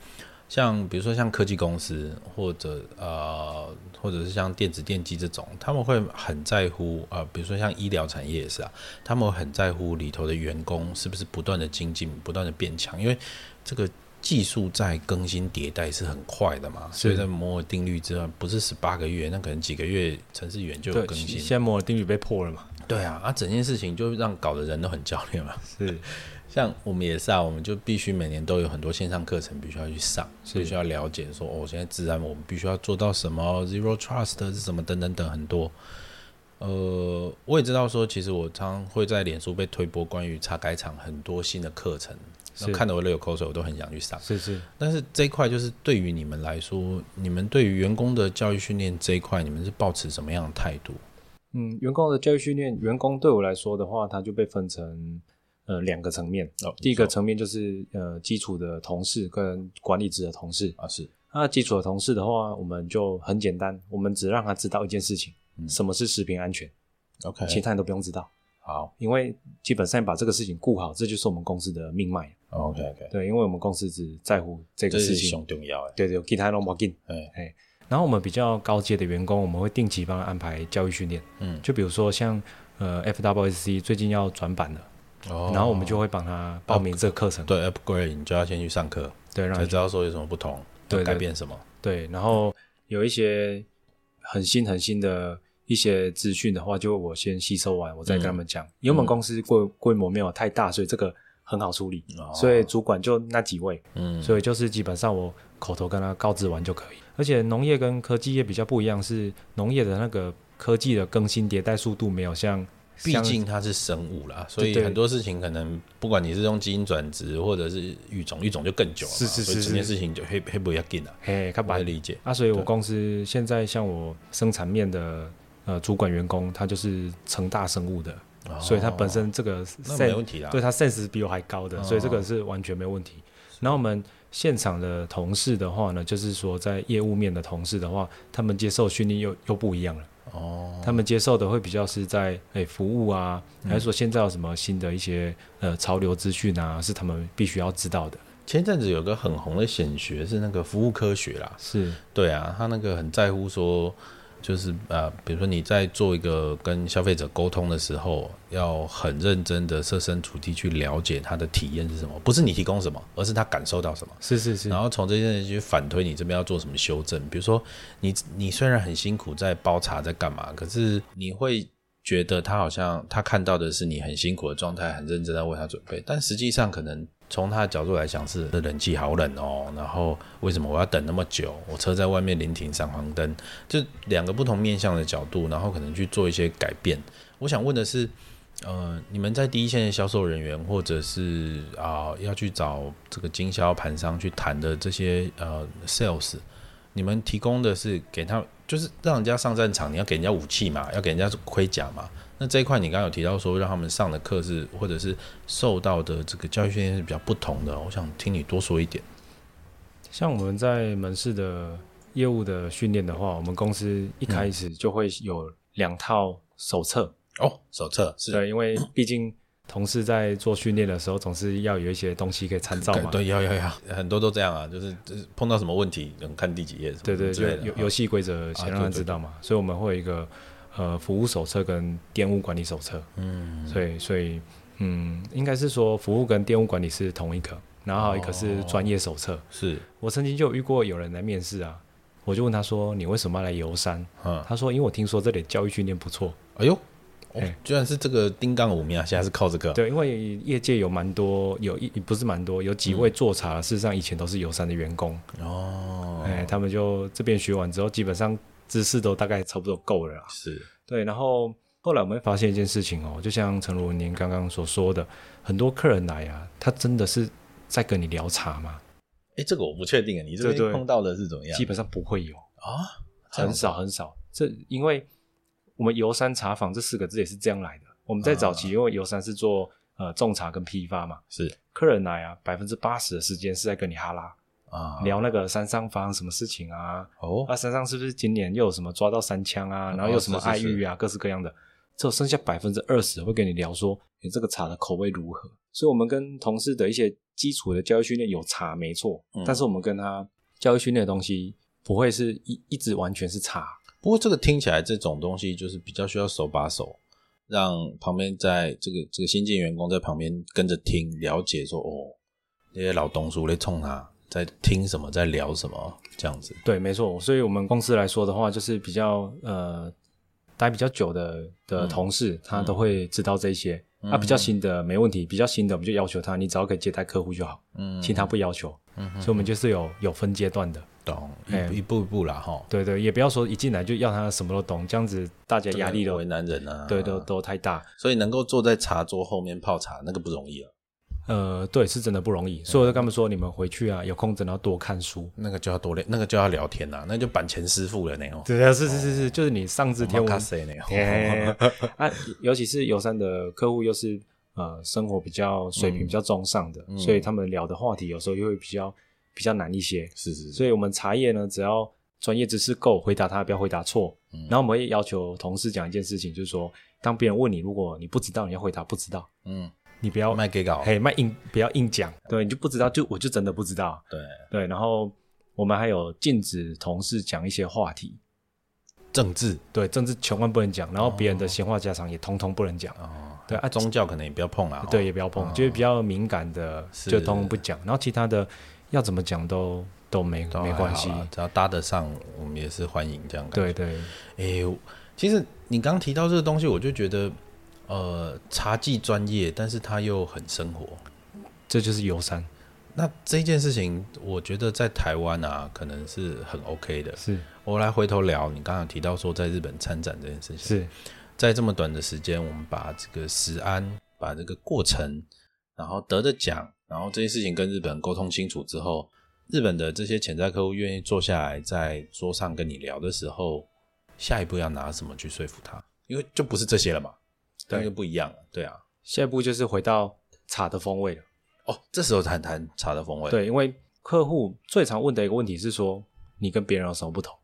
[SPEAKER 2] 像比如说像科技公司或者呃，或者是像电子电机这种，他们会很在乎呃，比如说像医疗产业也是啊，他们会很在乎里头的员工是不是不断的精进、不断的变强，因为这个。技术在更新迭代是很快的嘛，所以在摩尔定律之外，不是十八个月，那可能几个月程序员就有
[SPEAKER 3] 对，
[SPEAKER 2] 更新了。
[SPEAKER 3] 现在摩尔定律被破了嘛？
[SPEAKER 2] 对啊，啊，整件事情就让搞得人都很焦虑嘛。
[SPEAKER 3] 是，
[SPEAKER 2] 像我们也是啊，我们就必须每年都有很多线上课程必须要去上，
[SPEAKER 3] 是
[SPEAKER 2] 必须要了解说，哦，现在自然我们必须要做到什么 zero trust 是什么等等等很多。呃，我也知道说，其实我常常会在脸书被推播关于茶改厂很多新的课程，
[SPEAKER 3] 是
[SPEAKER 2] 那看得我流口水，我都很想去上。
[SPEAKER 3] 是是，
[SPEAKER 2] 但是这一块就是对于你们来说，你们对于员工的教育训练这一块，你们是抱持什么样的态度？
[SPEAKER 3] 嗯，员工的教育训练，员工对我来说的话，它就被分成呃两个层面。
[SPEAKER 2] 哦
[SPEAKER 3] 第一个层面就是呃基础的同事跟管理职的同事。
[SPEAKER 2] 啊，是
[SPEAKER 3] 那基础的同事的话，我们就很简单，我们只让他知道一件事情，
[SPEAKER 2] 嗯哎
[SPEAKER 3] 什么是食品安全，
[SPEAKER 2] OK，
[SPEAKER 3] 其他人都不用知道。
[SPEAKER 2] 好
[SPEAKER 3] 因为基本上把这个事情顾好，这就是我们公司的命脉。
[SPEAKER 2] ，OK OK。
[SPEAKER 3] 对，因为我们公司只在乎哦这个
[SPEAKER 2] 这
[SPEAKER 3] 事
[SPEAKER 2] 是
[SPEAKER 3] 情欸
[SPEAKER 2] 熊。重要哎，
[SPEAKER 3] 对对，其他都没劲。
[SPEAKER 2] 哎，
[SPEAKER 3] 然后我们比较高阶的员工，我们会定期帮他安排教育训练。
[SPEAKER 2] 嗯，
[SPEAKER 3] 就比如说像呃 FWSC 最近要转版了，
[SPEAKER 2] 哦
[SPEAKER 3] 然后我们就会帮他报名这个课程。
[SPEAKER 2] 对 upgrade，你就要先去上课，
[SPEAKER 3] 对，让
[SPEAKER 2] 才
[SPEAKER 3] 他
[SPEAKER 2] 知道说有什么不同，
[SPEAKER 3] 对
[SPEAKER 2] 要改
[SPEAKER 3] 对
[SPEAKER 2] 变什么。
[SPEAKER 3] 对，然后有一些很新很新的一些资讯的话，就我先吸收完，我再跟
[SPEAKER 2] 嗯
[SPEAKER 3] 他们讲。因为我们公司规规模没有太大，所以这个很好处理，
[SPEAKER 2] 哦
[SPEAKER 3] 所以主管就那几位。
[SPEAKER 2] 嗯，
[SPEAKER 3] 所以就是基本上我口头跟他告知完就可以。而且农业跟科技业比较不一样，是农业的那个科技的更新迭代速度没有像，
[SPEAKER 2] 毕
[SPEAKER 3] 像
[SPEAKER 2] 竟它是生物啦，所以
[SPEAKER 3] 对
[SPEAKER 2] 很多事情可能不管你是用基因转植或者是育种，育种就更久了嘛，
[SPEAKER 3] 是是
[SPEAKER 2] 所以
[SPEAKER 3] 是
[SPEAKER 2] 这件
[SPEAKER 3] 是
[SPEAKER 2] 事情就黑黑不要紧了，
[SPEAKER 3] 嘿，看
[SPEAKER 2] 我
[SPEAKER 3] 白
[SPEAKER 2] 可以理解。
[SPEAKER 3] 啊，所以
[SPEAKER 2] 嗯
[SPEAKER 3] 我
[SPEAKER 2] 对
[SPEAKER 3] 公司现在像我生产面的呃主管员工，他就是成大生物的，所以他本身这个
[SPEAKER 2] 哦那没
[SPEAKER 3] sense
[SPEAKER 2] 问题啦，啊
[SPEAKER 3] 对他 sense 比我还高的，所以这个哦是完全没有问题。然后我们现场的同事的话呢，就是说在业务面的同事的话，他们接受训练又又不一样了。
[SPEAKER 2] 哦，
[SPEAKER 3] 他们接受的会比较是在诶、服务啊，还是说现在有什么新的一些呃潮流资讯啊，是他们必须要知道的。
[SPEAKER 2] 前阵子有个很红的显学是那个服务科学啦，
[SPEAKER 3] 是
[SPEAKER 2] 对啊，他那个很在乎说，就是呃，比如说你在做一个跟消费者沟通的时候，要很认真的设身处地去了解他的体验是什么，不是你提供什么，而是他感受到什么。
[SPEAKER 3] 是是是
[SPEAKER 2] 然，后从这件事情去反推你这边要做什么修正，比如说你你虽然很辛苦在包茶在干嘛，可是你会觉得他好像他看到的是你很辛苦的状态，很认真在为他准备，但实际上可能从他的角度来想是这冷气好冷哦，然后为什么我要等那么久？我车在外面临停闪黄灯，就两个不同面向的角度，然后可能去做一些改变。我想问的是，呃，你们在第一线的销售人员，或者是啊、要去找这个经销盘商去谈的这些呃 sales，你们提供的是给他，就是让人家上战场，你要给人家武器嘛，要给人家盔甲嘛。那这一块你刚刚有提到说，让他们上的课是或者是受到的这个教育训练是比较不同的，我想听你多说一点。
[SPEAKER 3] 像我们在门市的业务的训练的话，我们公司一开始就会有两套手册，
[SPEAKER 2] 哦，手册是
[SPEAKER 3] 对，因为毕竟同事在做训练的时候，总是要有一些东西可以参照嘛。
[SPEAKER 2] 对，要要要，很多都这样啊，就是就是碰到什么问题能看第几页什么
[SPEAKER 3] 对对，
[SPEAKER 2] 之
[SPEAKER 3] 就
[SPEAKER 2] 类的
[SPEAKER 3] 游
[SPEAKER 2] 啊
[SPEAKER 3] 游戏规则先让他知道嘛，所以我们会有一个呃服务手册跟店务管理手册，嗯，所以所以嗯，应该是说服务跟店务管理是同一个，然后还有一个
[SPEAKER 2] 哦
[SPEAKER 3] 是专业手册。
[SPEAKER 2] 是
[SPEAKER 3] 我曾经就有遇过有人来面试啊，我就问他说你为什么要来游山？
[SPEAKER 2] 嗯，
[SPEAKER 3] 他说因为我听说这里教育训练不错，
[SPEAKER 2] 哎呦，哦
[SPEAKER 3] 哎
[SPEAKER 2] 居然是这个丁杠五名啊，现在是靠这个啊，
[SPEAKER 3] 对，因为业界有蛮多有一不是蛮多有几
[SPEAKER 2] 嗯
[SPEAKER 3] 位做茶，事实上以前都是游山的员工，
[SPEAKER 2] 哦，
[SPEAKER 3] 哎，他们就这边学完之后，基本上知识都大概差不多够了啦。
[SPEAKER 2] 是
[SPEAKER 3] 对，然后后来我们发现一件事情哦，就像陈如您刚刚所说的，很多客人来啊，他真的是在跟你聊茶吗？
[SPEAKER 2] 哎，这个我不确定啊，你这
[SPEAKER 3] 对对
[SPEAKER 2] 边碰到的是怎么样
[SPEAKER 3] 基本上不会有，
[SPEAKER 2] 啊？这样
[SPEAKER 3] 很少很少。这因为我们游山茶坊这四个字也是这样来的。我们在早期，因为游山是做呃种茶跟批发嘛，
[SPEAKER 2] 是
[SPEAKER 3] 客人来啊，百分之八十的时间是在跟你哈拉
[SPEAKER 2] 啊，
[SPEAKER 3] 聊那个山上发生什么事情啊，
[SPEAKER 2] 哦
[SPEAKER 3] 啊，山上是不是今年又有什么抓到三枪啊，
[SPEAKER 2] 哦
[SPEAKER 3] 然后又有什么
[SPEAKER 2] 是是
[SPEAKER 3] 爱玉啊，各式各样的，只有剩下百分之二十会跟你聊说，你这个茶的口味如何。所以我们跟同事的一些基础的教育训练有茶没错，
[SPEAKER 2] 嗯
[SPEAKER 3] 但是我们跟他教育训练的东西不会是一一直完全是茶，
[SPEAKER 2] 不过这个听起来这种东西就是比较需要手把手，让旁边在这个这个新进员工在旁边跟着听，了解说哦，那些老东叔在冲他，在听什么，在聊什么这样子。
[SPEAKER 3] 对，没错。所以我们公司来说的话，就是比较呃待比较久的的
[SPEAKER 2] 嗯
[SPEAKER 3] 同事，他
[SPEAKER 2] 嗯
[SPEAKER 3] 都会知道这些。啊，比较新的没问题，比较新的我们就要求他，你只要可以接待客户就好，
[SPEAKER 2] 嗯
[SPEAKER 3] 其他不要求。所以我们就是有有分阶段的。
[SPEAKER 2] 懂
[SPEAKER 3] 哎
[SPEAKER 2] 一一步一步啦哈，
[SPEAKER 3] 对对，也不要说一进来就要他什么都懂，这样子大家压力
[SPEAKER 2] 这个
[SPEAKER 3] 都
[SPEAKER 2] 为难人啊。
[SPEAKER 3] 对都都太大。
[SPEAKER 2] 所以能够坐在茶桌后面泡茶，那个不容易啊了，
[SPEAKER 3] 呃，对，是真的不容易。所以我就跟他们说，你们回去啊，有空真的要多看书。
[SPEAKER 2] 那个就要多练，那个就要聊天啊啦、那就板前师傅了呢哦。
[SPEAKER 3] 对啊，是是是是，就是你上知天文
[SPEAKER 2] 卡，谁呢哦？
[SPEAKER 3] 哎，啊，尤其是游山的客户又是呃生活比较水平比较中上的，所以他们聊的话题有时候又会比较比较难一些。
[SPEAKER 2] 是是是，
[SPEAKER 3] 所以我们茶叶呢，只要专业知识够，回答他不要回答错。然后我们会要求同事讲一件事情，就是说，当别人问你，如果你不知道，你要回答不知道，
[SPEAKER 2] 嗯，
[SPEAKER 3] 你不要
[SPEAKER 2] 卖给搞，
[SPEAKER 3] 嘿，卖硬不要硬讲，对，你就不知道，就我就真的不知道，
[SPEAKER 2] 对，
[SPEAKER 3] 对。然后我们还有禁止同事讲一些话题，
[SPEAKER 2] 政治
[SPEAKER 3] 对，政治千万不能讲，然后别人的闲话家常也通通不能讲，
[SPEAKER 2] 哦，
[SPEAKER 3] 对啊，
[SPEAKER 2] 宗教可能也不要碰啦。哦
[SPEAKER 3] 对，也不要碰，就是比较敏感的
[SPEAKER 2] 是
[SPEAKER 3] 就通通不讲，然后其他的要怎么讲都都没
[SPEAKER 2] 都
[SPEAKER 3] 没
[SPEAKER 2] 还
[SPEAKER 3] 关
[SPEAKER 2] 哦好
[SPEAKER 3] 系
[SPEAKER 2] 啦，只要搭得上，我们也是欢迎这样。
[SPEAKER 3] 对，对，
[SPEAKER 2] 哎、我其实你刚提到这个东西，我就觉得，呃，茶技专业，但是它又很生活。
[SPEAKER 3] 这就是游山，
[SPEAKER 2] 那这件事情，我觉得在台湾啊，可能是很 OK 的。
[SPEAKER 3] 是
[SPEAKER 2] 我来回头聊，你刚刚有提到说在日本参展这件事情，
[SPEAKER 3] 是，
[SPEAKER 2] 在这么短的时间，我们把这个食安，把这个过程，然后得的奖，然后这些事情跟日本沟通清楚之后，日本的这些潜在客户愿意坐下来在桌上跟你聊的时候，下一步要拿什么去说服他？因为就不是这些了嘛，
[SPEAKER 3] 对
[SPEAKER 2] 那就不一样了，对啊。
[SPEAKER 3] 下一步就是回到茶的风味了。
[SPEAKER 2] 哦，这时候谈谈茶的风味，，
[SPEAKER 3] 对，因为客户最常问的一个问题是说，你跟别人有什么不同？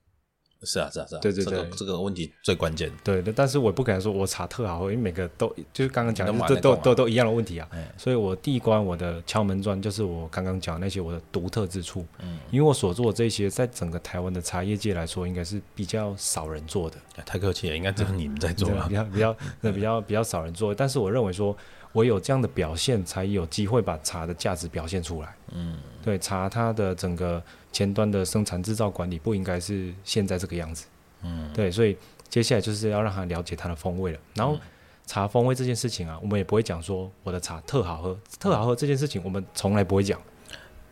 [SPEAKER 2] 是啊，是啊，是啊，
[SPEAKER 3] 对对
[SPEAKER 2] 这个
[SPEAKER 3] 对
[SPEAKER 2] 这个问题最关键，
[SPEAKER 3] 对，但是我也不敢说我查特好喝，因为每个都就是刚刚讲
[SPEAKER 2] 都
[SPEAKER 3] 的，
[SPEAKER 2] 嘛
[SPEAKER 3] 这
[SPEAKER 2] 那
[SPEAKER 3] 都
[SPEAKER 2] 种啊
[SPEAKER 3] 都都一样的问题啊
[SPEAKER 2] 哎。
[SPEAKER 3] 所以我第一关我的敲门砖就是我刚刚讲那些我的独特之处，
[SPEAKER 2] 嗯，
[SPEAKER 3] 因为我所做的这些，在整个台湾的茶叶界来说，应该是比较少人做的，
[SPEAKER 2] 太客气了，应该只有你们在做啊
[SPEAKER 3] 对
[SPEAKER 2] 了
[SPEAKER 3] 比，较比较对比较比较少人做。但是我认为说，我有这样的表现，才有机会把茶的价值表现出来。
[SPEAKER 2] 嗯，
[SPEAKER 3] 对，茶它的整个前端的生产制造管理不应该是现在这个样子。
[SPEAKER 2] 嗯，
[SPEAKER 3] 对，所以接下来就是要让他了解它的风味了。然后茶风味这件事情啊，我们也不会讲说我的茶特好喝，特好喝这件事情我们从来不会讲。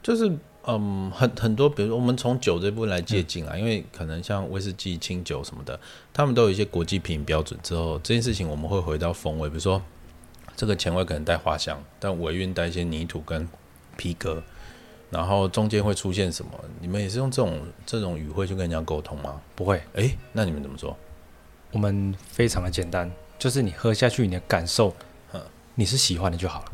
[SPEAKER 2] 就是嗯，很很多，比如说我们从酒这部分来借鉴
[SPEAKER 3] 嗯
[SPEAKER 2] 啊，因为可能像威士忌、清酒什么的，他们都有一些国际品饮标准。之后这件事情我们会回到风味，比如说这个前味可能带花香，但尾韵带一些泥土跟皮革，然后中间会出现什么？你们也是用这种这种语汇去跟人家沟通吗？
[SPEAKER 3] 不会，
[SPEAKER 2] 诶，那你们怎么说？
[SPEAKER 3] 我们非常的简单，就是你喝下去你的感受
[SPEAKER 2] 嗯，
[SPEAKER 3] 你是喜欢的就好了。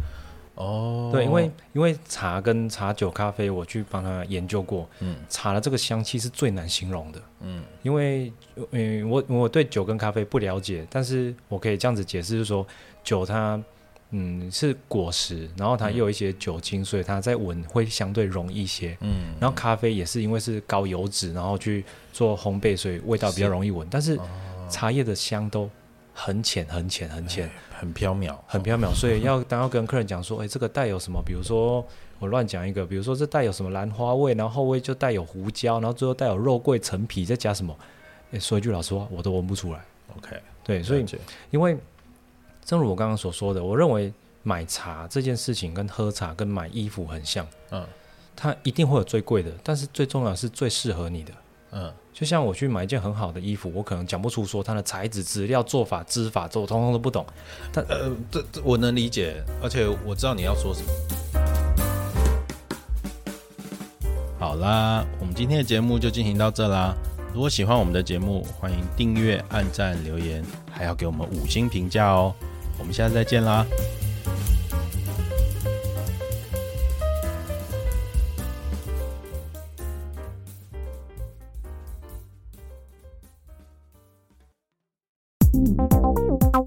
[SPEAKER 2] 哦，
[SPEAKER 3] 对，因为因为茶跟茶酒咖啡，我去帮他研究过，
[SPEAKER 2] 嗯
[SPEAKER 3] 茶的这个香气是最难形容的，
[SPEAKER 2] 嗯
[SPEAKER 3] 因为嗯、我我对酒跟咖啡不了解，但是我可以这样子解释，就是说酒它嗯是果实，然后
[SPEAKER 2] 嗯
[SPEAKER 3] 它又有一些酒精，所以它在闻会相对容易一些。
[SPEAKER 2] 嗯，
[SPEAKER 3] 然后咖啡也是因为是高油脂，然后去做烘焙，所以味道比较容易闻。但是
[SPEAKER 2] 哦
[SPEAKER 3] 茶叶的香都很浅、很浅、很浅，
[SPEAKER 2] 很飘渺，
[SPEAKER 3] 很缥缈，所以要当要跟客人讲说，哎、这个带有什么？比如说我乱讲一个，比如说这带有什么兰花味，然后后味就带有胡椒，然后最后带有肉桂、陈皮，再加什么？哎、说一句老实话，我都闻不出来。
[SPEAKER 2] OK，
[SPEAKER 3] 对，所以
[SPEAKER 2] 嗯了解
[SPEAKER 3] 因为正如我刚刚所说的，我认为买茶这件事情跟喝茶跟买衣服很像，
[SPEAKER 2] 嗯
[SPEAKER 3] 它一定会有最贵的，但是最重要的是最适合你的。
[SPEAKER 2] 嗯
[SPEAKER 3] 就像我去买一件很好的衣服，我可能讲不出说它的材质、质料、做法、织法，这我通通都不懂。
[SPEAKER 2] 呃，这这我能理解，而且我知道你要说什么。好啦，我们今天的节目就进行到这啦。如果喜欢我们的节目，欢迎订阅、按赞、留言，还要给我们五星评价哦。我们下次再见啦。
[SPEAKER 4] Thank